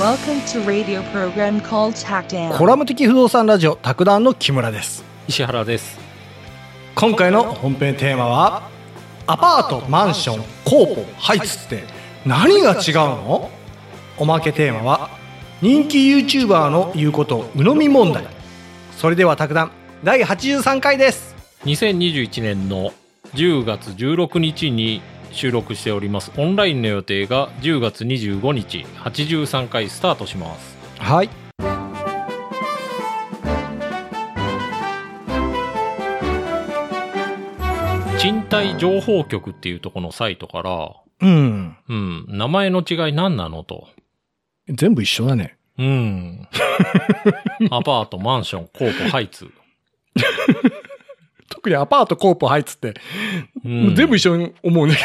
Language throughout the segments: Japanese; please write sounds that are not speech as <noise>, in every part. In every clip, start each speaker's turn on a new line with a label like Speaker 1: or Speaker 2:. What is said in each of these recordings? Speaker 1: Welcome to radio program called TACDAN.
Speaker 2: コラム的不動産ラジオ卓談の木村です
Speaker 3: 石原です。
Speaker 2: 今回の本編テーマはアパートマンションコーポハイツって何が違うのおまけテーマは人気 YouTuber の言うこと鵜呑み問題それでは卓談第83回です
Speaker 3: 2021年の10月16日に収録しております。オンラインの予定が10月25日、83回スタートします。
Speaker 2: はい
Speaker 3: 賃貸情報局っていうところのサイトから、
Speaker 2: うん
Speaker 3: うん、名前の違い何なのと。
Speaker 2: 全部一緒だね
Speaker 3: うん。 <laughs> アパート、マンション、コーポ、ハイツ。
Speaker 2: 特にアパートコーポハイツって、
Speaker 3: うん、
Speaker 2: 全部一緒に思うね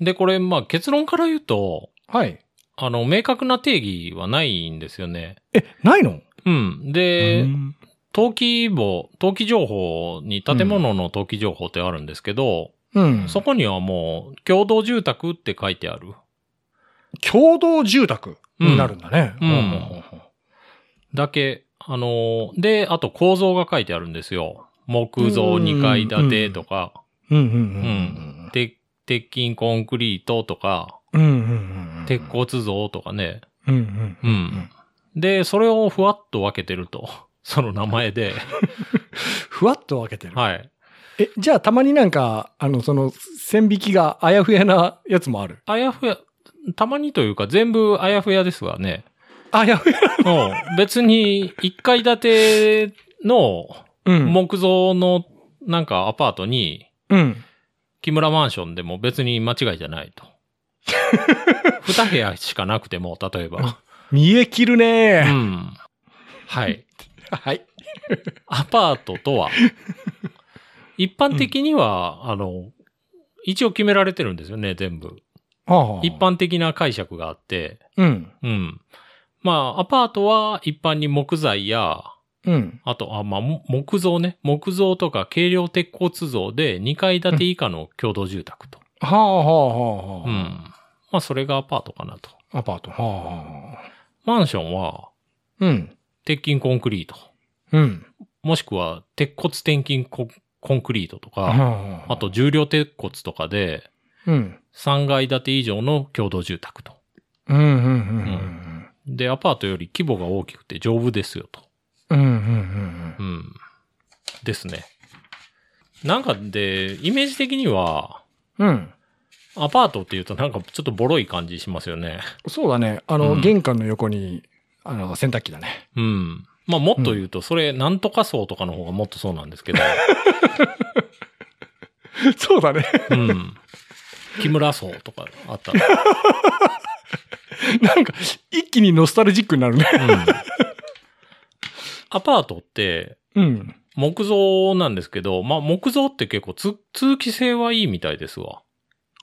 Speaker 3: で、これ、まあ結論から言うと、
Speaker 2: はい
Speaker 3: あの、明確な定義はないんですよね。
Speaker 2: えないの
Speaker 3: うん。で、登記簿、登記情報に建物の登記情報ってあるんですけど、
Speaker 2: うん
Speaker 3: そこにはもう共同住宅って書いてある。
Speaker 2: 共同住宅になるんだね、
Speaker 3: うん
Speaker 2: ほほほ
Speaker 3: だけ、あのーで、あと構造が書いてあるんですよ。木造
Speaker 2: うん
Speaker 3: 2階建てとか、
Speaker 2: うんうん
Speaker 3: うん鉄鉄筋コンクリートとか、
Speaker 2: うんうんうんうん
Speaker 3: 鉄骨造とかね。
Speaker 2: うんうん
Speaker 3: うん。で、それをふわっと分けてると。 <laughs> その名前で。
Speaker 2: ふわっと分けてる、
Speaker 3: はい。
Speaker 2: えじゃあたまになんかあのその線引きがあやふやなやつもある
Speaker 3: あやふや、たまにというか全部あやふやですがね。
Speaker 2: あやふや
Speaker 3: うん。別に、一階建ての
Speaker 2: うん
Speaker 3: 木造のなんかアパートに、
Speaker 2: うん
Speaker 3: 木村マンションでも別に間違いじゃないと。二部屋しかなくても、例えば。
Speaker 2: 見え切る
Speaker 3: う
Speaker 2: ね、
Speaker 3: ん。はい。
Speaker 2: はい
Speaker 3: アパートとは、一般的には、あの、一応決められてるんですよね、全部。
Speaker 2: ああ
Speaker 3: 一般的な解釈があって、
Speaker 2: うん
Speaker 3: うん。まあ、アパートは一般に木材や、
Speaker 2: うん
Speaker 3: あと、あ、まあ、も木造ね。木造とか軽量鉄骨造で2階建て以下の共同住宅と。
Speaker 2: はあはあはあは
Speaker 3: うん。まあ、それがアパートかなと。
Speaker 2: あアパートはあはあ
Speaker 3: マンションは、
Speaker 2: うん
Speaker 3: 鉄筋コンクリート。
Speaker 2: うん
Speaker 3: もしくは、鉄骨転筋ココンクリートとか、
Speaker 2: あ
Speaker 3: あと、重量鉄骨とかで、
Speaker 2: うん
Speaker 3: 3階建て以上の共同住宅と。
Speaker 2: うんうんうん
Speaker 3: で、アパートより規模が大きくて丈夫ですよと。
Speaker 2: うんうんうんうん
Speaker 3: うん。ですね。なんかで、イメージ的には、
Speaker 2: うんうん
Speaker 3: アパートって言うとなんかちょっとボロい感じしますよね。
Speaker 2: そうだねあの、
Speaker 3: うん
Speaker 2: 玄関の横にあの洗濯機だね
Speaker 3: うん。まあもっと言うと、それ、なんとか層とかの方がもっとそうなんですけど、
Speaker 2: そうだね。
Speaker 3: うん。木村層とかあ <laughs> ったら。
Speaker 2: なんか、一気にノスタルジックになるね。
Speaker 3: うん。アパートって、
Speaker 2: うん。
Speaker 3: 木造なんですけど、まあ木造って結構つ通気性はいいみたいですわ。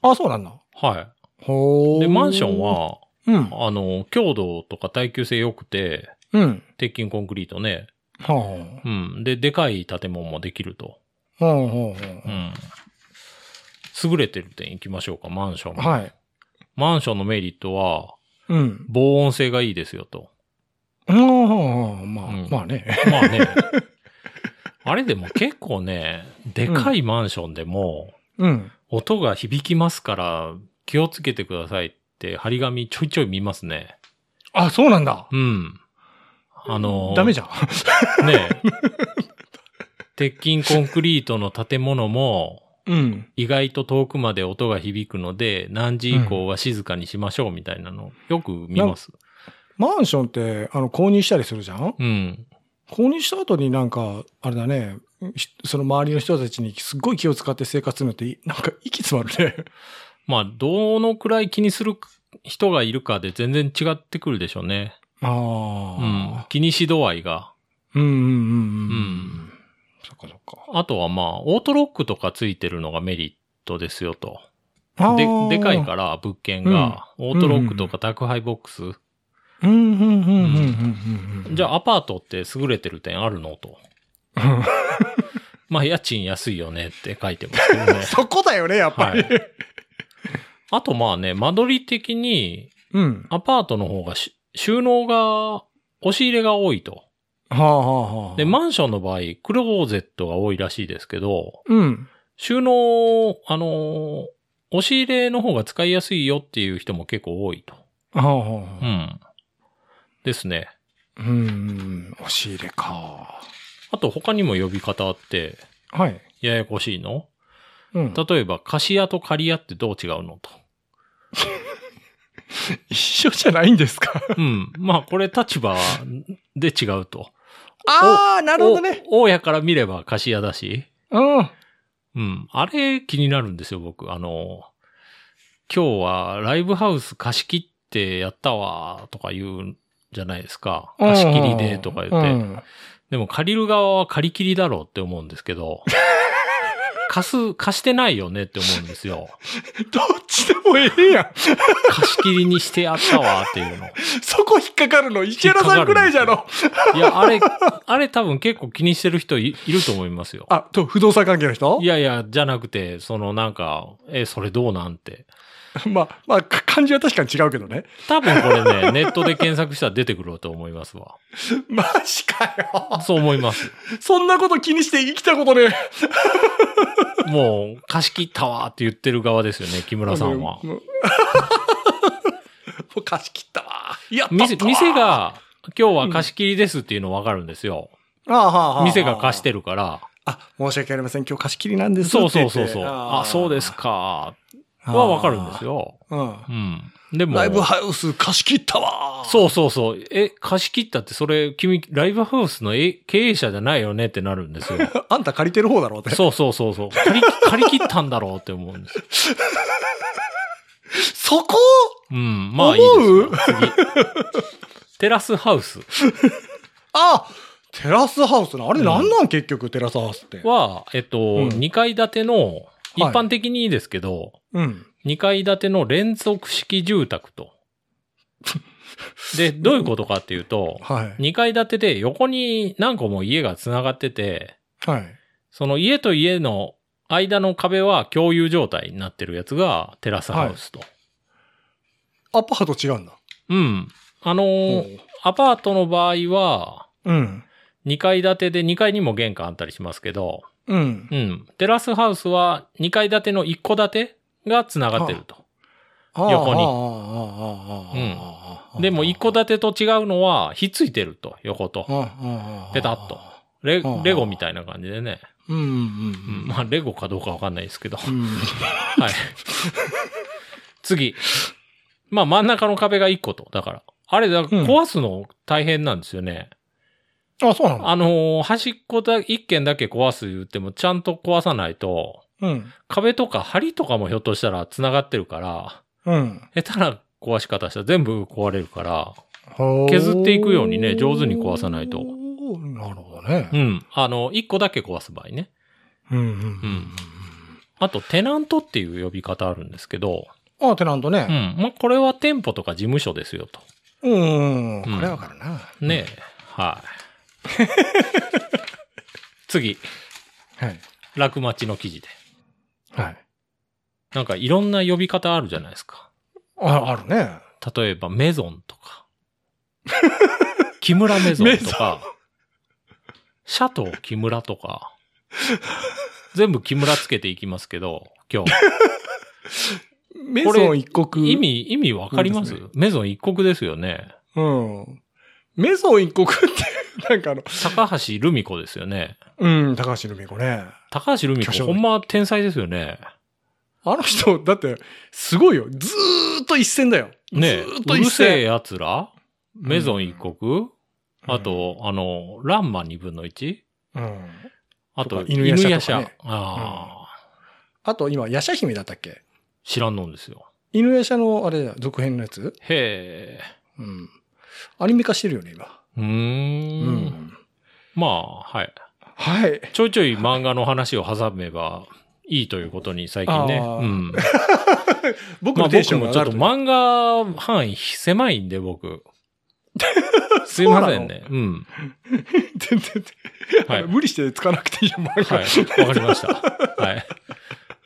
Speaker 2: あ、そうなんだ。
Speaker 3: は
Speaker 2: ほ
Speaker 3: い。
Speaker 2: ー
Speaker 3: で、マンション、は、
Speaker 2: うん。
Speaker 3: あの、強度とか耐久性良くて、
Speaker 2: うん。
Speaker 3: 鉄筋コンクリートね。
Speaker 2: は
Speaker 3: うん。で、でかい建物もできると。
Speaker 2: あ。はあ、は
Speaker 3: うん。優れてる点行きましょうか、マンション。
Speaker 2: あ、はい。
Speaker 3: マンションのメリットは、
Speaker 2: うん。
Speaker 3: 防音性がいいですよと。
Speaker 2: はあ、はあ、まあ、
Speaker 3: うん
Speaker 2: まあね。
Speaker 3: まあ
Speaker 2: <laughs>
Speaker 3: ね。あれでも結構ね、でかいマンションでも、
Speaker 2: うん。
Speaker 3: 音が響きますから気をつけてくださいって張り紙ちょいちょい見ますね。
Speaker 2: あ、そうなんだ。
Speaker 3: うん。あの、
Speaker 2: ダメじゃん。 <laughs>
Speaker 3: ゃん。ねえ鉄筋コンクリートの建物も、
Speaker 2: うん。
Speaker 3: 意外と遠くまで音が響くので、何時以降は静かにしましょうみたいなの、よく見ます。
Speaker 2: マンションって、あの、購入したりするじゃん
Speaker 3: うん。
Speaker 2: 購入した後になんか、あれだね、ひその周りの人たちにすっごい気を使って生活するのって、なんか息詰まるね。 <laughs>
Speaker 3: まあ、どのくらい気にする人がいるかで全然違ってくるでしょうね。うん
Speaker 2: ああ。。
Speaker 3: 気にし度合いが。
Speaker 2: うん。うんうんうんう
Speaker 3: うんん。
Speaker 2: そっかそっか。
Speaker 3: あとはまあ、オートロックとかついてるのがメリットですよと。
Speaker 2: あ
Speaker 3: で
Speaker 2: ー、
Speaker 3: でかいから、物件が、オートロックとか宅配ボック
Speaker 2: う
Speaker 3: ス。
Speaker 2: ん、うん、うん、うん、うんうん。
Speaker 3: じゃあ、アパートって優れてる点あるのと。
Speaker 2: <laughs>。
Speaker 3: まあ、家賃安いよねって書いてますけどね <laughs>
Speaker 2: そこだよね、やっぱ
Speaker 3: は
Speaker 2: り。
Speaker 3: い。あとまあね、間取り的に、
Speaker 2: うん。
Speaker 3: アパートの方がし収納が、押し入れが多いと。
Speaker 2: はあはあはあ。
Speaker 3: で、マンションの場合、クローゼットが多いらしいですけど、
Speaker 2: うん。
Speaker 3: 収納、あのー押し入れの方が使いやすいよっていう人も結構多いと。
Speaker 2: はあは
Speaker 3: う
Speaker 2: あはあ。
Speaker 3: ん。ですね。
Speaker 2: うん。押し入れか。
Speaker 3: あと他にも呼び方あって、
Speaker 2: はい。
Speaker 3: ややこしいの
Speaker 2: うん。
Speaker 3: 例えば、貸し屋と借り屋ってどう違うのと。
Speaker 2: 一緒じゃないんですか
Speaker 3: うん。まあ、これ立場で違うと。
Speaker 2: ああ、な
Speaker 3: な
Speaker 2: るほどね。。
Speaker 3: 大家から見れば貸し屋だし。
Speaker 2: うん。
Speaker 3: うん。あれ気になるんですよ、僕。あの、今日はライブハウス貸し切ってやったわ、とか言うんじゃないですか。貸し切りで、とか言って。
Speaker 2: うん
Speaker 3: でも借りる側は借り切りだろうって思うんです
Speaker 2: <laughs>
Speaker 3: けど。貸す、貸してないよねって思うんですよ。
Speaker 2: どっちでもええやん。 <laughs>
Speaker 3: 貸し切りにしてやったわっていうの。
Speaker 2: そこ引っかかるの、池原さんぐらいじゃろ。
Speaker 3: いや、あれ、あれ多分結構気にしてる人いいると思いますよ。
Speaker 2: あ、と、不動産関係の人
Speaker 3: いやいや、じゃなくて、そのなんか、え、それどうなんて。
Speaker 2: まあ、まあ、か感じは確かに違うけどね。
Speaker 3: 多分これね、ネットで検索したら出てくると思いますわ。
Speaker 2: マジかよ。
Speaker 3: そう思います。
Speaker 2: そんなこと気にして生きたことね。
Speaker 3: もう、貸し切ったわって言ってる側ですよね、木村さんは
Speaker 2: も。うもう <laughs> もう貸し切ったわ。やったったわ
Speaker 3: 店、店、が、今日は貸し切りですっていうの分かるんですよ。
Speaker 2: ああはあはあ
Speaker 3: 店が貸してるから。
Speaker 2: あ、申し訳ありません。今日貸し切りなんですって
Speaker 3: そ
Speaker 2: 言
Speaker 3: う
Speaker 2: って
Speaker 3: そうそうそう。あ、そうです。か。
Speaker 2: あー
Speaker 3: は分かるんです。よ。
Speaker 2: うん。
Speaker 3: うん。でも。
Speaker 2: ライブハウス貸し切ったわ。
Speaker 3: そうそうそう。え、貸し切ったって、それ、君、ライブハウスのえ経営者じゃないよねってなるんで
Speaker 2: <laughs>
Speaker 3: すよ。
Speaker 2: あんた借りてる方だろうって。
Speaker 3: そうそうそうそう。借り、借り切ったんだろうって思うんですよ。
Speaker 2: そこ
Speaker 3: うん。まあいいです
Speaker 2: 思う
Speaker 3: よ。次。テラスハウス
Speaker 2: あテラスハウスな。あれなんなん結局、テラスハウスって。
Speaker 3: は、えっ
Speaker 2: う
Speaker 3: と、
Speaker 2: ん
Speaker 3: 二階建ての、
Speaker 2: い
Speaker 3: 一般的にですけど、
Speaker 2: うん。
Speaker 3: 二階建ての連続式住宅と。で、どういうことかっていうと、
Speaker 2: はい。
Speaker 3: 二階建てで横に何個も家が繋がってて、
Speaker 2: はい。
Speaker 3: その家と家の間の壁は共有状態になってるやつがテラスハウスと。
Speaker 2: アパート違うんだ。
Speaker 3: うん。あのーアパートの場合は、
Speaker 2: うん。
Speaker 3: 2階建てで2階にも玄関あったりしますけど、
Speaker 2: うん。
Speaker 3: うん。テラスハウスは2階建ての1戸建てが繋がってると。横に
Speaker 2: に
Speaker 3: でも1戸建てと違うのは、ひっついてると、横と。ペタッとレ
Speaker 2: はあ
Speaker 3: レゴみたいな感じでね。
Speaker 2: うんうん
Speaker 3: う
Speaker 2: うん
Speaker 3: ん。まあ、レゴかどうかわかんないです
Speaker 2: <laughs>
Speaker 3: けど。
Speaker 2: う
Speaker 3: は
Speaker 2: ん。
Speaker 3: い。次。まあ、真ん中の壁が1個と。だから。あれ、だから
Speaker 2: うん
Speaker 3: 壊すの大変なんですよね。
Speaker 2: あ、そうなの
Speaker 3: あのー端っこだ、1軒だけ壊す言っても、ちゃんと壊さないと、
Speaker 2: うん。
Speaker 3: 壁とか梁とかもひょっとしたら繋がってるから、
Speaker 2: うん。
Speaker 3: 下手な壊し方したら全部壊れるから、
Speaker 2: ほー
Speaker 3: 削っていくようにね上手に壊さないと
Speaker 2: なるほどね
Speaker 3: う。ん。あの、一個だけ壊す場合ね。
Speaker 2: うんうん
Speaker 3: う。ん。あと、テナントっていう呼び方あるんですけど、
Speaker 2: あ、テナント
Speaker 3: う
Speaker 2: ね。
Speaker 3: ん。まあ、これは店舗とか事務所ですよ、と。
Speaker 2: うん。
Speaker 3: ん
Speaker 2: これわかるな。
Speaker 3: ねえ。はい。次、
Speaker 2: はい。
Speaker 3: 落町の記事で。
Speaker 2: はい。
Speaker 3: なんかいろんな呼び方あるじゃないですか。
Speaker 2: あ、あるね。
Speaker 3: 例えば、メゾンとか。木村メゾンとか。シャトー木村とか。全部木村つけていきますけど、今日。
Speaker 2: メゾン一国。
Speaker 3: 意。味、意味わかります
Speaker 2: そうで
Speaker 3: メゾン一国ですよね。
Speaker 2: うん。メゾン一国って、なんかあの、
Speaker 3: 高橋留美子ですよね。
Speaker 2: うん、高橋留美子ね。
Speaker 3: 高橋留美子、
Speaker 2: 巨匠
Speaker 3: ほんま天才ですよね。
Speaker 2: あの人、だって、すごいよ。ずーっと一線だよ。
Speaker 3: ね
Speaker 2: ずーっ
Speaker 3: え、
Speaker 2: と
Speaker 3: う
Speaker 2: 一
Speaker 3: るせえ
Speaker 2: 線。
Speaker 3: 奴らメゾン一国、あと、あの、ランマ二分の一
Speaker 2: うん。
Speaker 3: あと
Speaker 2: と、か
Speaker 3: 犬
Speaker 2: 犬
Speaker 3: 夜
Speaker 2: 夜叉
Speaker 3: 叉。
Speaker 2: とかね
Speaker 3: ああ、
Speaker 2: あと、今、ヤシャ姫だったっけ
Speaker 3: 知らんのんですよ。
Speaker 2: 犬ヤシャの、あれだよ、続編のやつ
Speaker 3: へえ。
Speaker 2: うん。アニメ化してるよね、今。
Speaker 3: うー。
Speaker 2: うん
Speaker 3: まあ、はい。
Speaker 2: はい。
Speaker 3: ちょいちょい漫画の話を挟めばいいということに最近ね。
Speaker 2: あー
Speaker 3: うん。
Speaker 2: 僕
Speaker 3: まあ
Speaker 2: のテン
Speaker 3: 僕
Speaker 2: ション
Speaker 3: も
Speaker 2: が上
Speaker 3: ち
Speaker 2: が
Speaker 3: ょっ
Speaker 2: る
Speaker 3: と
Speaker 2: と。
Speaker 3: 漫画範囲狭いん
Speaker 2: <laughs>
Speaker 3: で、僕。すいませんね。うん。
Speaker 2: 全然、 <laughs>
Speaker 3: はい。
Speaker 2: 無理して使わなくていいよ、漫画。
Speaker 3: はい。わかりました。はい。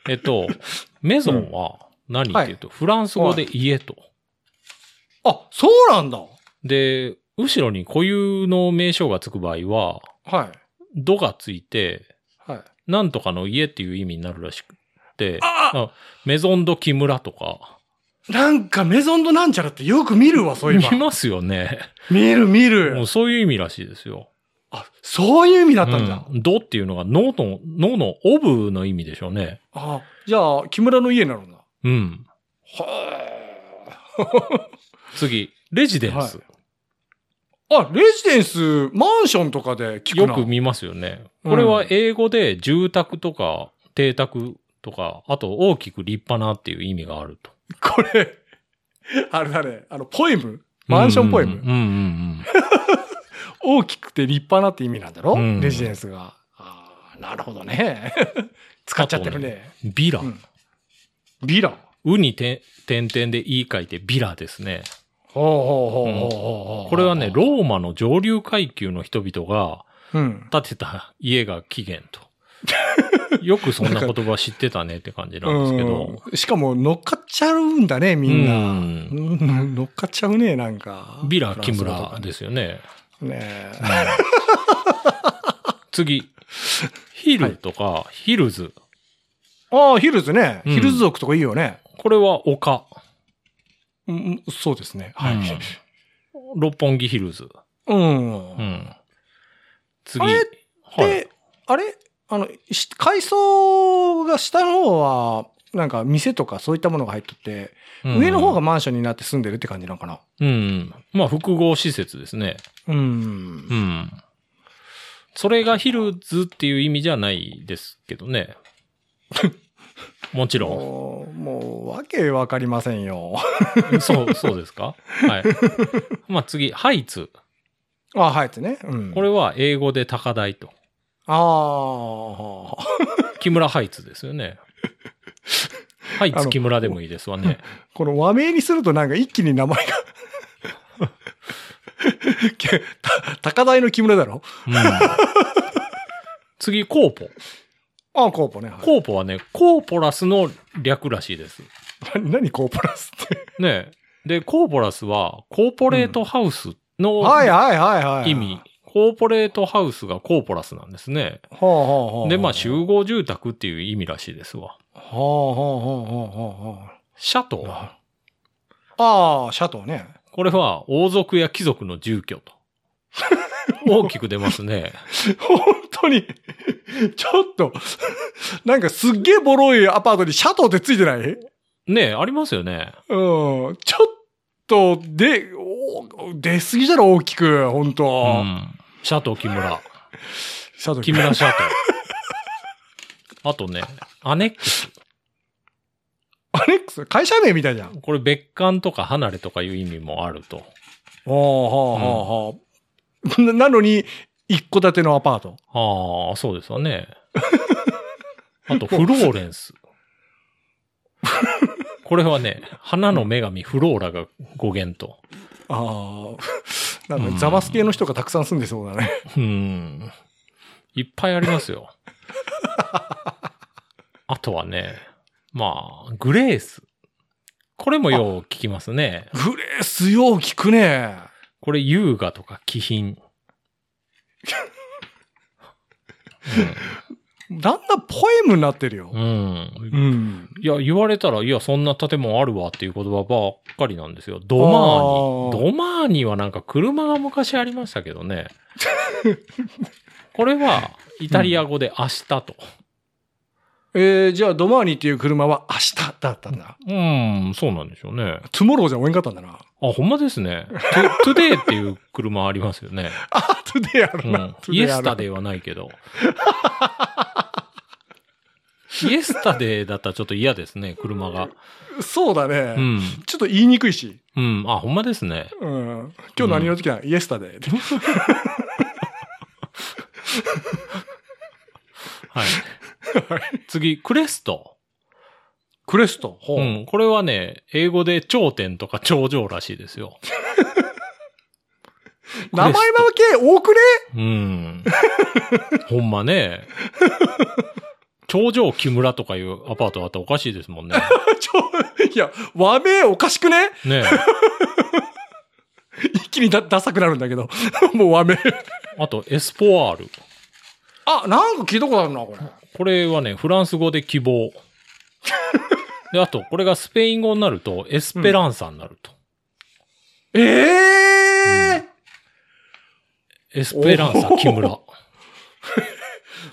Speaker 3: えっと、メゾンは何っていうと、フランス語で家と。
Speaker 2: あ、そうなんだ。
Speaker 3: で、後ろに固有の名称がつく場合は、
Speaker 2: は
Speaker 3: 度がついて、
Speaker 2: い。はい。
Speaker 3: なんとかの家っていう意味になるらしくて、
Speaker 2: あ
Speaker 3: あメゾンド木村とか、
Speaker 2: なんかメゾンドなんちゃらってよく見るわ、そういえ
Speaker 3: 見
Speaker 2: ば。
Speaker 3: ますよね。
Speaker 2: 見る見
Speaker 3: も
Speaker 2: る
Speaker 3: う。そういう意味らしいですよ。
Speaker 2: あ、そういう意味だったんだ。
Speaker 3: うんドっていうのが脳の、脳のオブの意味でしょうね。
Speaker 2: あ、じゃあ、木村の家なのな。
Speaker 3: うん。
Speaker 2: は
Speaker 3: 次、レジデン
Speaker 2: は
Speaker 3: ス。
Speaker 2: あ。あ、レジデンス、マンションとかで聞く
Speaker 3: よ
Speaker 2: な。
Speaker 3: く見ますよね。これは英語で住宅とか邸宅とか、あと大きく立派なっていう意味があると。
Speaker 2: これ、あれだね、あの、ポエムマンションポエム、
Speaker 3: うんうんうん
Speaker 2: 大きくて立派なって意味なんだろ、
Speaker 3: うん
Speaker 2: レジデンスが。あーなるほどね。 <laughs> 使っちゃってるね。
Speaker 3: うん。ビラ
Speaker 2: う。んビラ。
Speaker 3: うにて点々でいい書いてビラですね。
Speaker 2: ほうほうほうほうほうほう
Speaker 3: これはね、ローマの上流階級の人々が
Speaker 2: うん。
Speaker 3: 建てた家が起源と。
Speaker 2: <laughs>
Speaker 3: よくそんな言葉知ってたねって感じなんですけど。
Speaker 2: うんしかも乗っかっちゃうんだね、みんな。
Speaker 3: うん
Speaker 2: うん乗っかっちゃうね、なんか。
Speaker 3: ビラ木村
Speaker 2: で
Speaker 3: ですよね。
Speaker 2: すね。
Speaker 3: 次。ヒルとかヒルズ。
Speaker 2: ああ、ヒルズね。
Speaker 3: うん
Speaker 2: ヒルズ族とかいいよね。
Speaker 3: これは丘。
Speaker 2: うん、そうですね。はい。
Speaker 3: 六本木ヒルズ。
Speaker 2: うん。
Speaker 3: うん。次。
Speaker 2: あれ
Speaker 3: はい
Speaker 2: で、あれあの、し階層が下の方は、なんか店とかそういったものが入っとって、
Speaker 3: うん
Speaker 2: 上の方がマンションになって住んでるって感じなのかな。
Speaker 3: うん。まあ、複合施設ですね。
Speaker 2: うん。
Speaker 3: うん。それがヒルズっていう意味じゃないですけどね。もちろ
Speaker 2: もう、もう、わけわかりませんよ。 <laughs>
Speaker 3: ん。 <laughs> そう、そうですかはい。まあ次、ハイツ。
Speaker 2: あ、はいってね。うん。
Speaker 3: これは英語で高台と。
Speaker 2: ああ、
Speaker 3: 木村ハイツですよね。ハイツ木村でもいいですわね。
Speaker 2: この和名にするとなんか一気に名前が <laughs> け。た高台の木村だろ
Speaker 3: うん、次、コーポ。
Speaker 2: ああ、コーポね。はい
Speaker 3: コーポはね、コーポラスの略らしいです。
Speaker 2: 何何コーポラスって。
Speaker 3: ねえで、コーポラスは、コーポレートハウスの
Speaker 2: はいはいはいはい。
Speaker 3: 意味。。コーポレートハウスがコーポラスなんですね。
Speaker 2: はあはあはあ。
Speaker 3: で、まあ、集合住宅っていう意味らしいですわ。
Speaker 2: はあはあはあは
Speaker 3: シャトー
Speaker 2: あはあ。ああ、シャトーね。
Speaker 3: これは王族や貴族の住居
Speaker 2: <laughs>
Speaker 3: と。大きく出ますね。
Speaker 2: 本当に、 <laughs> ちょっと、 <laughs> なんかすっげえボロいアパートにシャトーってついてないうん。ち
Speaker 3: ねえ、ありますよね。
Speaker 2: ょっと、で、お出すぎじゃろ、大きく、本
Speaker 3: う
Speaker 2: 当、
Speaker 3: ん。シャトー木村。
Speaker 2: シャトー
Speaker 3: 木村シャトー。あとね、アネックス。
Speaker 2: <laughs> アレックス、会社名みたいじゃん。
Speaker 3: これ別館とか離れとかいう意味もあると。
Speaker 2: ほうほうほうほう。なな <laughs> のに、一戸建てのアパート。
Speaker 3: ああ、そうですわね。あと、フローレンス。これはね、花の女神フローラが語源と。
Speaker 2: あ <laughs> あ。なんか、ザマス系の人がたくさん住んでそうだね。 <laughs>
Speaker 3: うん。いっぱいありますよ。あとはね、まあ、グレース。これもよう聞きますね。
Speaker 2: グレースよう聞くね。
Speaker 3: これ優雅とか気品。
Speaker 2: だんだんポエムになってるよ
Speaker 3: う。ん。
Speaker 2: うん。
Speaker 3: いや、言われたら、いや、そんな建物あるわっていう言葉ばっかりなんですよ。ドマ
Speaker 2: あ
Speaker 3: ーニ。ドマーニはなんか車が昔ありましたけどね。これは、イタリア語で明日と。
Speaker 2: えー、じゃあ、ドマーニっていう車は明日だったんだ。
Speaker 3: うん、そうなんでしょうね。
Speaker 2: トゥモローじゃ終えんかったんだ <laughs> な。
Speaker 3: あ、ほんまですね。トゥトゥデイっていう車ありますよね。
Speaker 2: あ、トゥデイあ
Speaker 3: う
Speaker 2: るな。
Speaker 3: ん、
Speaker 2: トゥ
Speaker 3: イ
Speaker 2: デ
Speaker 3: エ
Speaker 2: イあ
Speaker 3: ス
Speaker 2: る
Speaker 3: タデイはないけど。イエスタデイだったらちょっと嫌ですね、車が。
Speaker 2: そうだ
Speaker 3: う
Speaker 2: ね。
Speaker 3: ん。
Speaker 2: ちょっと言いにくいし。
Speaker 3: うん。あ、ほんまですね。
Speaker 2: うん。今日何の時だ、イエスタデイ。
Speaker 3: <laughs> はい。次、クレスト。
Speaker 2: クレスト。ほう
Speaker 3: うん、これはね、英語で頂点とか頂上らしいですよ。
Speaker 2: 名前負け多くね
Speaker 3: うん。ほんまね。頂上木村とかいうアパートあ
Speaker 2: <laughs>
Speaker 3: ったらおかしいですもんね。
Speaker 2: ちょ、いや、和名おかしくね
Speaker 3: ね
Speaker 2: 気にだダサくなるんだけど。 <laughs> もう和名。
Speaker 3: あと、エスポアール。
Speaker 2: あ、なんか聞いたことあるな、これ。
Speaker 3: これはね、フランス語で希望。で、あと、これがスペイン語になると、エスペランサになると。
Speaker 2: ええ
Speaker 3: エスペランサ、木村。
Speaker 2: ー、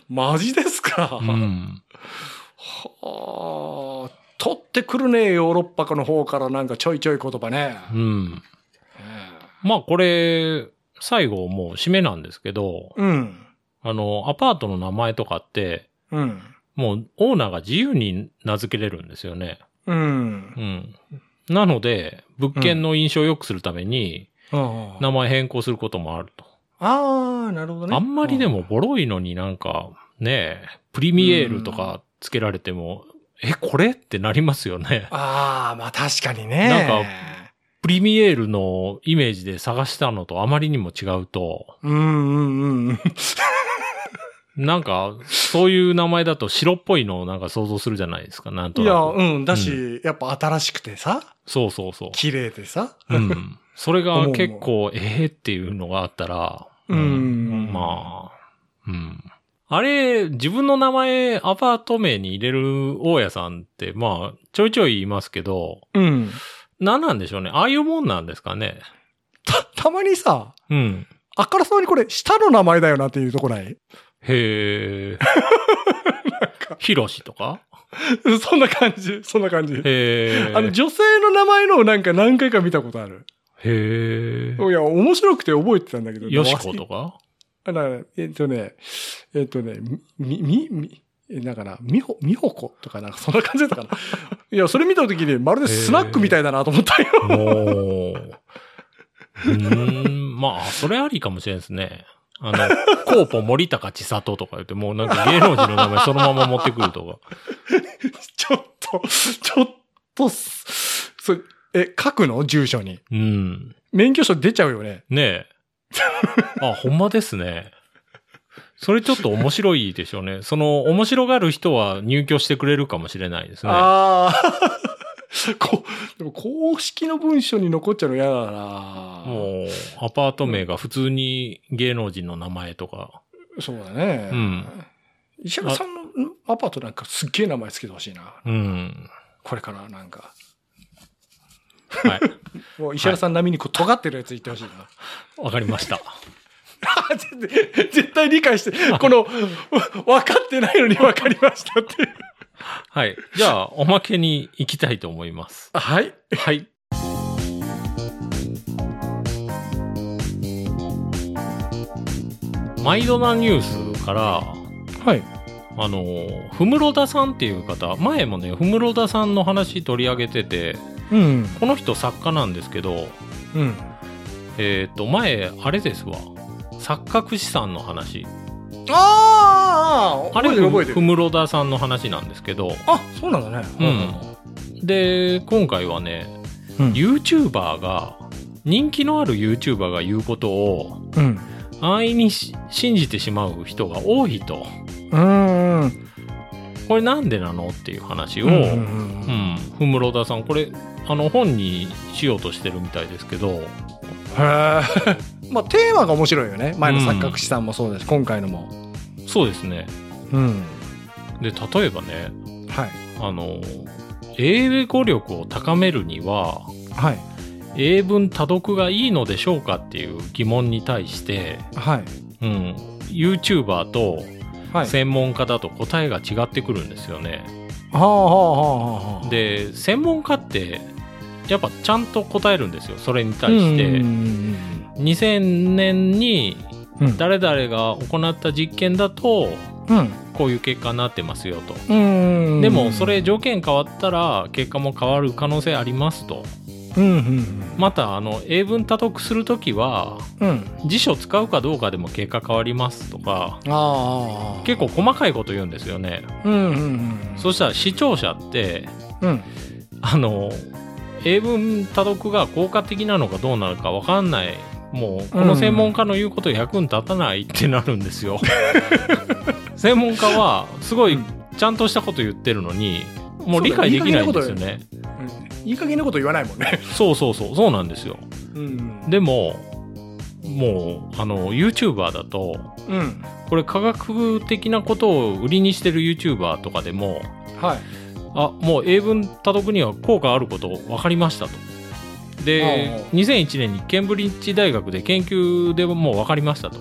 Speaker 2: マジですか。
Speaker 3: うん。
Speaker 2: はあ、取ってくるね、ヨーロッパの方からなんかちょいちょい言葉ね。
Speaker 3: うん。まあ、これ、最後、もう締めなんですけど、
Speaker 2: うん。
Speaker 3: あの、アパートの名前とかって、
Speaker 2: うん。
Speaker 3: もう、オーナーが自由に名付けれるんですよね。
Speaker 2: うん
Speaker 3: う。ん。なので、物件の印象を良くするために、
Speaker 2: あ
Speaker 3: 名前変更することもあると。
Speaker 2: あー、なるほどね。
Speaker 3: あんまりでもボロいのになんか、ねえ、プリミエールとかつけられても、え、これってなりますよね。
Speaker 2: ああ、まあ確かにね。
Speaker 3: なんかプリミエールのイメージで探したのとあまりにも違うと、
Speaker 2: うんうんうん。
Speaker 3: なんか、そういう名前だと白っぽいのをなんか想像するじゃないですか、なんと
Speaker 2: いや、
Speaker 3: なく。
Speaker 2: うん。だし、やっぱ新しくてさ、
Speaker 3: そうそうそう。
Speaker 2: 綺麗でさ。
Speaker 3: うん。それが
Speaker 2: 思う
Speaker 3: 結構、ええっていうのがあったら、
Speaker 2: うん
Speaker 3: まあ、うん。あれ、自分の名前、アパート名に入れる大家さんって、まあ、ちょいちょいいますけど、
Speaker 2: うん。
Speaker 3: 何なんでしょうね。ああいうもんなんですかね。
Speaker 2: た、たまにさ、
Speaker 3: うん。
Speaker 2: あからさまにこれ、下の名前だよなっていうとこない <laughs>
Speaker 3: へえ。ヒロシとか
Speaker 2: そんな感じ、そんな感じ。
Speaker 3: へえ。
Speaker 2: あの、女性の名前のなんか何回か見たことある。
Speaker 3: へ
Speaker 2: <laughs> いや、面白くて覚えてたんだけど。
Speaker 3: え。ヨシコとか
Speaker 2: あだからえっとね、えっとね、み、み、み、えだから、みほ、みほことかなんかそんな感じだったかな。 <laughs> いや、それ見た時にまるでスナックみたいだなと思ったよ。 <laughs>
Speaker 3: おー。うーん、まあ、それありかもしれないですね。あの、コーポ森高千里とか言って、もうなんか芸能人の名前そのまま持ってくるとか。
Speaker 2: ちょっと、ちょっとす、そえ、書くの住所に。
Speaker 3: うん。
Speaker 2: 免許証出ちゃうよね。
Speaker 3: ねえ。あ、ほんまですね。それちょっと面白いでしょうね。その、面白がる人は入居してくれるかもしれないですね。
Speaker 2: ああ。 <laughs> こでも公式の文書に残っちゃうの嫌だな
Speaker 3: もう、アパート名が普通に芸能人の名前とか。
Speaker 2: そうだね。
Speaker 3: うん。
Speaker 2: 石原さんのアパートなんかすっげえ名前つけてほしいな。
Speaker 3: うん。
Speaker 2: これからなんか。
Speaker 3: はい。
Speaker 2: もう石原さん並みにこう尖ってるやつ言ってほしいな。
Speaker 3: わかりました。
Speaker 2: あ絶対 <laughs> 絶対理解して、この、わ分かってないのに分かりましたっていう。
Speaker 3: はい。じゃあ、おまけに行きたいと思います。
Speaker 2: はい。
Speaker 3: はい。マイドナニュースから、
Speaker 2: はい。
Speaker 3: あの、ふむろださんっていう方、前もね、ふむろださんの話取り上げてて、
Speaker 2: うん。
Speaker 3: この人作家なんですけど、
Speaker 2: うん。
Speaker 3: えっ、と、前、あれですわ。錯覚資産の話。
Speaker 2: ああ
Speaker 3: あ
Speaker 2: 覚
Speaker 3: れ、
Speaker 2: えてる覚えて
Speaker 3: ふ
Speaker 2: る。
Speaker 3: むろださんの話なんですけど、
Speaker 2: あ、そうなんだね。
Speaker 3: で、今回はね、
Speaker 2: うん。
Speaker 3: YouTuber が、人気のある YouTuber が言うことを、
Speaker 2: うん。
Speaker 3: 安易にし信じてしまう人が多いと
Speaker 2: うん。うん。
Speaker 3: これなんでなのっていう話を、
Speaker 2: う
Speaker 3: うんんふむろださんこれあの本にしようとしてるみたいですけど
Speaker 2: へえ。まあ、テーマが <laughs> 面白いよね。前の錯覚師さんもそうだし、今回のも。
Speaker 3: そうですね
Speaker 2: うん。
Speaker 3: で例えばね
Speaker 2: はい。
Speaker 3: あの英語力を高めるには
Speaker 2: はい。
Speaker 3: 英文多読がいいのでしょうかっていう疑問に対して、
Speaker 2: はい。
Speaker 3: うん、YouTuber と
Speaker 2: はい。
Speaker 3: 専門家だと答えが違ってくるんですよね。
Speaker 2: はあはあはあはあ。、
Speaker 3: で専門家ってやっぱちゃんと答えるんですよそれに対して
Speaker 2: うん
Speaker 3: 2000年に
Speaker 2: うんうん。
Speaker 3: 誰々が行った実験だと
Speaker 2: うん。
Speaker 3: こういう結果になってますよと
Speaker 2: うん。
Speaker 3: でもそれ、条件変わったら結果も変わる可能性ありますと
Speaker 2: うんうん
Speaker 3: またあの英文多読する時は
Speaker 2: うん。うん。
Speaker 3: 辞書使うかどうかでも結果変わりますとか
Speaker 2: ああ。
Speaker 3: 結構細かいこと言うんですよね
Speaker 2: うんうんうん。
Speaker 3: そしたら視聴者って
Speaker 2: うん。
Speaker 3: あの英文多読が効果的なのかどうなのか分かんないもうこの専門家の言うこと役に立たないってなるんですよ。 <laughs> 専門家はすごいちゃんとしたこと言ってるのにもう理解できないんですよね。
Speaker 2: いい加減なこと言わないもんね。
Speaker 3: そうそうそうそうなんですよ。
Speaker 2: <laughs> うん。
Speaker 3: でももう、あの、YouTuber だと、
Speaker 2: うん。
Speaker 3: これ科学的なことを売りにしてる YouTuber とかでも、
Speaker 2: はい。
Speaker 3: あ、もう英文多読には効果あること分かりましたと。で
Speaker 2: おう、
Speaker 3: 2001年にケンブリッジ大学で研究でもう分かりましたと。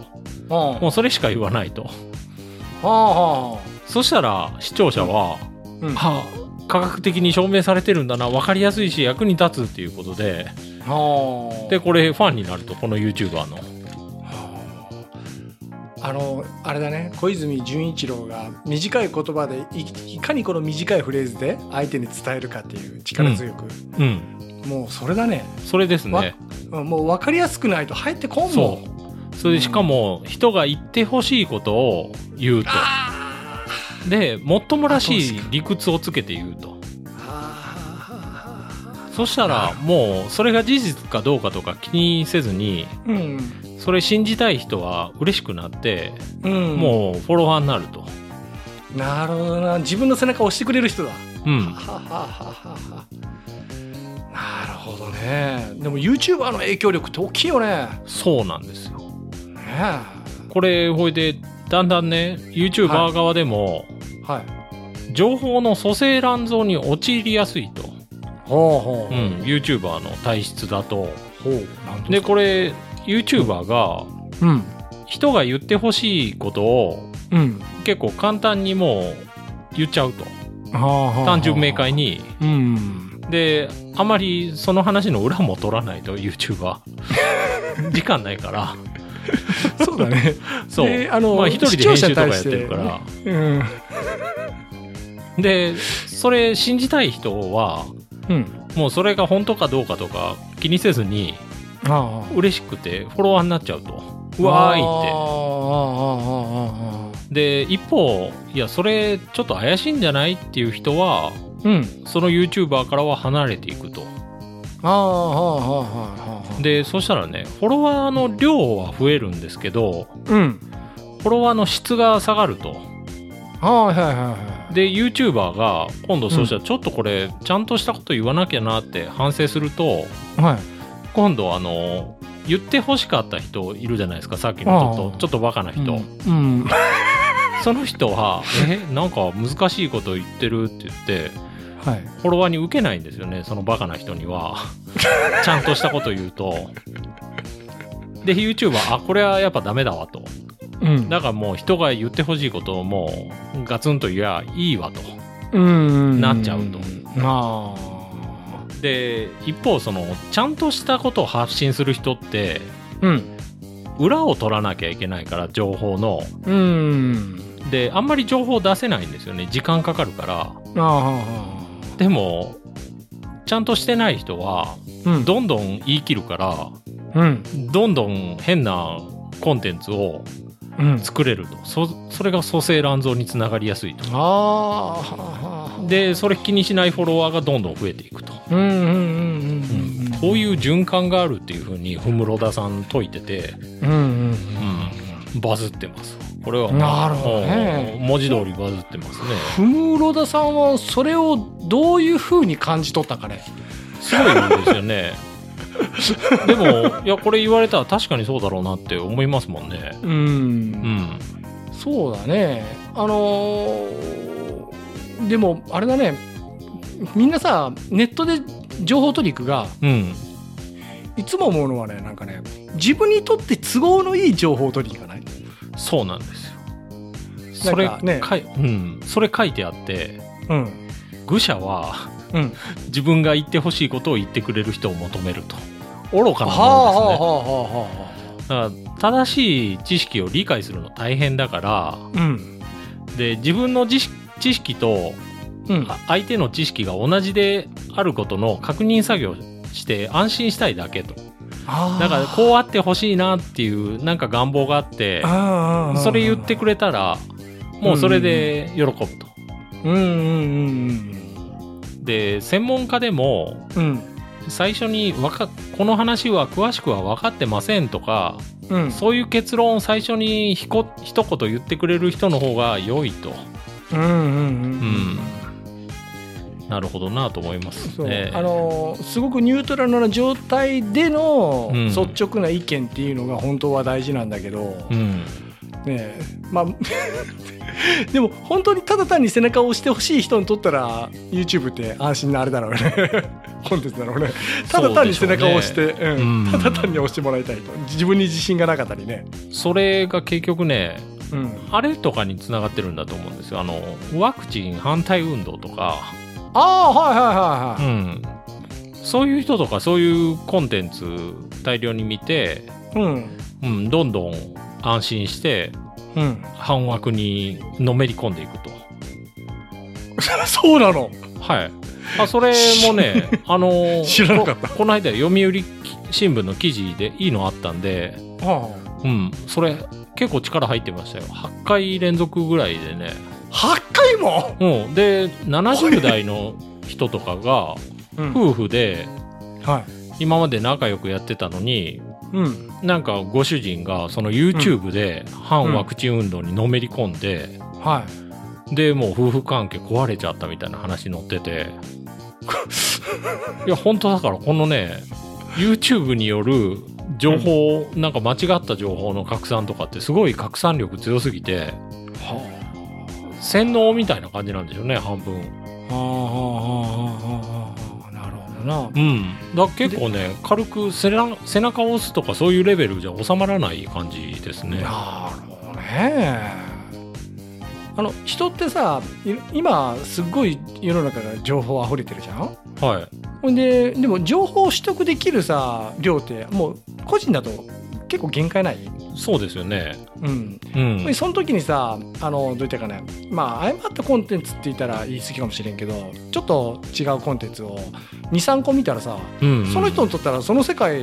Speaker 2: うん。は
Speaker 3: もうそれしか言わないと。
Speaker 2: あはあ。
Speaker 3: そしたら視聴者は、
Speaker 2: うん。は
Speaker 3: はあ、科学的に証明されてるんだな、分かりやすいし役に立つっていうことで、
Speaker 2: あ。
Speaker 3: で、これファンになると、この YouTuber の。
Speaker 2: はああのあれだね小泉純一郎が短い言葉でいいかにこの短いフレーズで相手に伝えるかっていう力強く、
Speaker 3: うん。
Speaker 2: もうそれだね
Speaker 3: それです
Speaker 2: わ
Speaker 3: ね。
Speaker 2: うんもう分かりやすくないと入ってこんもん
Speaker 3: そう。それでしかも、人が言ってほしいことを言うと。
Speaker 2: あ
Speaker 3: で、もっともらし
Speaker 2: あ
Speaker 3: い
Speaker 2: そう
Speaker 3: 理屈をつけて言うと。
Speaker 2: ーあ
Speaker 3: そしたら、もう、それが事実かどうかとか気にせずに、
Speaker 2: ーうん
Speaker 3: それ信じたい人は嬉しくなって、
Speaker 2: うん
Speaker 3: もうフォロワーになると。
Speaker 2: うなるほどな自分の背中を押してくれる人だ
Speaker 3: うん。
Speaker 2: ははははなるほどねでも YouTuber の影響力って大きいよね
Speaker 3: そうなんですよ。
Speaker 2: ね
Speaker 3: これ、ほいで、だんだんね、YouTuber 側でも、
Speaker 2: えはい
Speaker 3: 情報の蘇生乱造に陥りやすいと。
Speaker 2: ほうほ
Speaker 3: うん。YouTuber の体質だと。
Speaker 2: ほうなん
Speaker 3: で、これ、YouTuber が、
Speaker 2: うん
Speaker 3: 人が言ってほしいことを、
Speaker 2: うん
Speaker 3: 結構簡単にもう、言っちゃうと。単
Speaker 2: 単
Speaker 3: 純明快に。
Speaker 2: うん
Speaker 3: であまりその話の裏も取らないと YouTuber 時間ないから
Speaker 2: <laughs> そうだね
Speaker 3: そう、
Speaker 2: であの
Speaker 3: まあ一人で編集とかやってるか
Speaker 2: 視聴う
Speaker 3: ら、
Speaker 2: ん
Speaker 3: でそれ信じたい人は
Speaker 2: うん
Speaker 3: もうそれが本当かどうかとか気にせずに
Speaker 2: あ
Speaker 3: 嬉しくてフォロワーになっちゃうと
Speaker 2: あ
Speaker 3: うわ
Speaker 2: あ
Speaker 3: ーいっ
Speaker 2: あああああああ
Speaker 3: てで一方いやそれちょっと怪しいんじゃないっていう人は
Speaker 2: うん
Speaker 3: その YouTuber からは離れていくと
Speaker 2: ああああああああ
Speaker 3: でそしたらねフォロワーの量は増えるんですけど
Speaker 2: うん
Speaker 3: フォロワーの質が下がると
Speaker 2: ああはいはいはい
Speaker 3: で YouTuber が今度そうしたらちょっとこれちゃんとしたこと言わなきゃなって反省すると
Speaker 2: はい
Speaker 3: 今度あの言ってほしかった人いるじゃないですかさっきのちょっ
Speaker 2: あ
Speaker 3: と
Speaker 2: あ
Speaker 3: ちょっとバカな人、
Speaker 2: うんうん
Speaker 3: その人は「えなんか難しいこと言ってる」って言って
Speaker 2: はい
Speaker 3: フォロワーに受けないんですよねそのバカな人
Speaker 2: <laughs>
Speaker 3: にはちゃんとしたこと言うとで YouTuber あこれはやっぱダメだわと
Speaker 2: うん
Speaker 3: だからもう人が言ってほしいことをもうガツンと言えばいいわと
Speaker 2: うん
Speaker 3: なっちゃうと
Speaker 2: あ
Speaker 3: で一方そのちゃんとしたことを発信する人って
Speaker 2: あうん
Speaker 3: 裏を取らなきゃいけないから情報の
Speaker 2: うん
Speaker 3: であんまり情報出せないんですよね時間かかるから
Speaker 2: ああああ
Speaker 3: でもちゃんとしてない人は
Speaker 2: うん
Speaker 3: どんどん言い切るから
Speaker 2: うん
Speaker 3: どんどん変なコンテンツを
Speaker 2: うん
Speaker 3: 作れるとそそれが蘇生乱造につながりやすいと
Speaker 2: ああはあはあ
Speaker 3: でそれ気にしないフォロワーがどんどん増えていくと、
Speaker 2: うんうんうんうんうん
Speaker 3: こういう循環があるっていうふうにふむろださん説いてて
Speaker 2: うんうんうん
Speaker 3: バズってます。これは
Speaker 2: なるほどね
Speaker 3: うん文字通りバズってますね。
Speaker 2: ふむろださんはそれをどういうふうに感じ取ったかね
Speaker 3: すごいんですよね。 <laughs> でもいやこれ言われたら確かにそうだろうなって思いますもんね。
Speaker 2: うん、
Speaker 3: うん。
Speaker 2: そうだねあのーでもあれだねみんなさネットで情報トリックが
Speaker 3: うん。
Speaker 2: いつも思うのはねなんかね自分にとって都合のいい情報トリックがない
Speaker 3: そうなんですよ。それ
Speaker 2: なんかね
Speaker 3: かいうんそれ書いてあって
Speaker 2: うん
Speaker 3: 愚者は
Speaker 2: うん
Speaker 3: 自分が言ってほしいことを言ってくれる人を求めると。愚か
Speaker 2: はあ
Speaker 3: な
Speaker 2: は
Speaker 3: ものです
Speaker 2: あは
Speaker 3: ね。
Speaker 2: あはあは
Speaker 3: だから正しい知識を理解するの大変だから
Speaker 2: あうん
Speaker 3: で自分の知識知識と
Speaker 2: うん
Speaker 3: あ相手の知識が同じであることの確認作業をして安心したいだけとだからこうあってほしいなっていうなんか願望があって
Speaker 2: う
Speaker 3: それ言ってくれたらもうそれで喜ぶと
Speaker 2: うんうん
Speaker 3: で専門家でも
Speaker 2: うんうん
Speaker 3: 最初にわかこの話は詳しくは分かってませんとか
Speaker 2: うん
Speaker 3: そういう結論を最初にひこ一言言ってくれる人の方が良いと
Speaker 2: うんうんうんうん
Speaker 3: うんなるほどなと思います
Speaker 2: そう
Speaker 3: ね。
Speaker 2: あのすごくニュートラルな状態での
Speaker 3: うん
Speaker 2: 率直な意見っていうのが本当は大事なんだけど、
Speaker 3: うん、
Speaker 2: ねえまあ <laughs> でも本当にただ単に背中を押してほしい人にとったら YouTube って安心なあれだろうね <laughs> コンテンツだろうねただ単に背中を押してう、ん
Speaker 3: うん
Speaker 2: ただ単に押してもらいたいと自分に自信がなかったりね、
Speaker 3: それが結局ね
Speaker 2: うん、
Speaker 3: あれとかにつながってるんだと思うんですよあのワクチン反対運動とか、
Speaker 2: ああはいは
Speaker 3: う
Speaker 2: いはいはい、
Speaker 3: ん、そういう人とかそういうコンテンツ大量に見て、
Speaker 2: うん
Speaker 3: うん、どんどん安心して
Speaker 2: うん、 <laughs>
Speaker 3: 反枠にのめり込んでいくと。
Speaker 2: そうなの
Speaker 3: はい、あそれ
Speaker 2: <laughs>
Speaker 3: もねあの
Speaker 2: 知らなかった
Speaker 3: ここの間読売新聞の記事でいいのあったんで、
Speaker 2: は
Speaker 3: うん、それ結構力入ってましたよ8回連続ぐらいでね、
Speaker 2: あ8回も、
Speaker 3: うん、で70代の人とかが
Speaker 2: うん
Speaker 3: 夫婦で
Speaker 2: はい
Speaker 3: 今まで仲良くやってたのに
Speaker 2: うん、
Speaker 3: なんかご主人がその YouTube で反ワクチン運動にのめり込んで、
Speaker 2: はい
Speaker 3: でもう夫婦関係壊れちゃったみたいな話載ってていや本当だからこのね YouTube による情報、なんか間違った情報の拡散とかってすごい拡散力強すぎて洗脳みたいな感じなんでしょうね半分
Speaker 2: はあはあはあはあはあはあなるほどな
Speaker 3: うんだから結構ね軽く背な背中を押すとかそういうレベルじゃ収まらない感じですね
Speaker 2: なるほどねあの人ってさい今すっごい世の中が情報あふれてるじゃん
Speaker 3: はい
Speaker 2: ほんででも情報を取得できるさ量ってもう個人だと結構限界ない
Speaker 3: そうですよね
Speaker 2: うん、
Speaker 3: うん
Speaker 2: その時にさあのどういったかねまあ誤ったコンテンツって言ったら言い過ぎかもしれんけどちょっと違うコンテンツを23個見たらさ
Speaker 3: うん
Speaker 2: その人にとったらその世界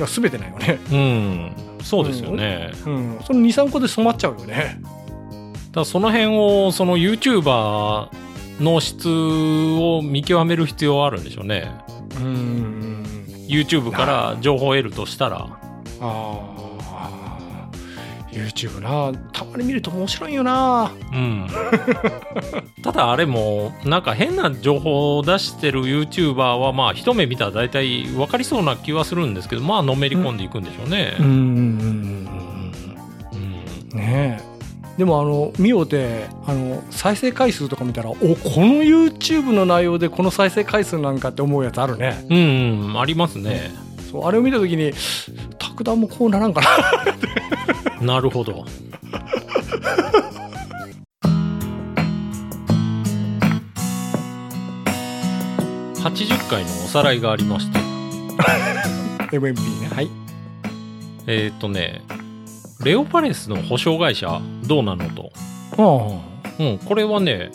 Speaker 2: が全てないよね
Speaker 3: うんそうですよね、
Speaker 2: うん、その23個で染まっちゃうよね。
Speaker 3: だからその辺をその YouTuber の質を見極める必要はあるんでしょうね
Speaker 2: うん。
Speaker 3: YouTube から情報を得るとしたら
Speaker 2: ああ。YouTube なたまに見ると面白いよな
Speaker 3: うんただあれもなんか変な情報を出してる YouTuber はまあ一目見たら大体分かりそうな気はするんですけどまあのめり込んでいくんでしょうね、
Speaker 2: ん
Speaker 3: うん
Speaker 2: ねえでもあの見ようてあの再生回数とか見たらおこの YouTube の内容でこの再生回数なんかって思うやつあるね
Speaker 3: うん、うんありますね
Speaker 2: そうあれを見た時に拓段もこうならんかな <laughs>
Speaker 3: なるほど80回のおさらいがありまして
Speaker 2: MMP ねはい
Speaker 3: えーっ、とねレオパレスの保証会社どうなのと、
Speaker 2: あ
Speaker 3: うん、これはね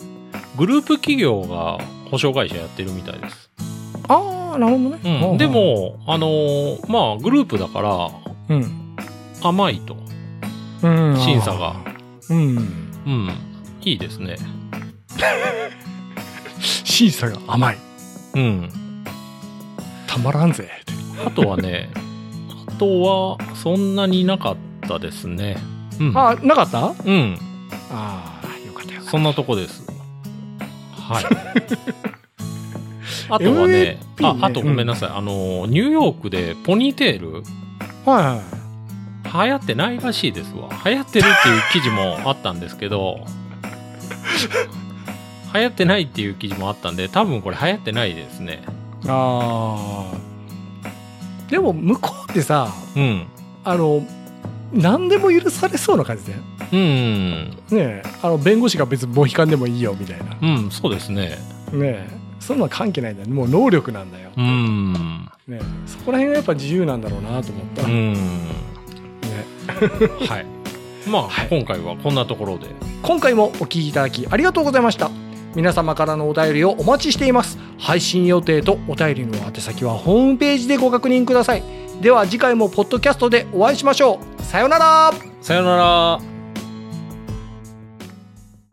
Speaker 3: グループ企業が保証会社やってるみたいです、
Speaker 2: あなるほどね、
Speaker 3: うん、で、もあのーまあグループだから
Speaker 2: うん、
Speaker 3: 甘いと審査が
Speaker 2: うん
Speaker 3: うんいいですね
Speaker 2: 審査が甘い
Speaker 3: うん
Speaker 2: たまらんぜって
Speaker 3: あとはね、 <laughs> あとはそんなになかったですね。うん。
Speaker 2: あなかった
Speaker 3: うん。
Speaker 2: ああよかったよ
Speaker 3: そんなとこです。
Speaker 2: <laughs>
Speaker 3: はい。 <laughs> あとはね、
Speaker 2: MVP
Speaker 3: あ
Speaker 2: ね
Speaker 3: あとごめんなさい、あの、ニューヨークでポニーテール
Speaker 2: はいはい
Speaker 3: 流行ってないらしいですわ。流行ってるっていう記事もあったんですけ
Speaker 2: <laughs>
Speaker 3: ど、流行ってないっていう記事もあったんで、多分これ流行ってないですね。
Speaker 2: ああでも向こうってさ
Speaker 3: うん。
Speaker 2: あの何でも許されそうな感じでね
Speaker 3: うん。
Speaker 2: えあの弁護士が別にモヒカンでもいいよみたいなね
Speaker 3: うん、そうですね。
Speaker 2: えそんなの関係ないんだよもう能力なんだよ、
Speaker 3: うん。
Speaker 2: ねえ、そこら辺がやっぱ自由なんだろうなと思った、
Speaker 3: う
Speaker 2: ね
Speaker 3: ん。はい。まあ、
Speaker 2: はい
Speaker 3: 今回はこんなところで。
Speaker 2: 今回もお聞きいただきありがとうございました皆様からのお便りをお待ちしています配信予定とお便りの宛先はホームページでご確認くださいでは次回もポッドキャストでお会いしましょうさようなら
Speaker 3: さよなら。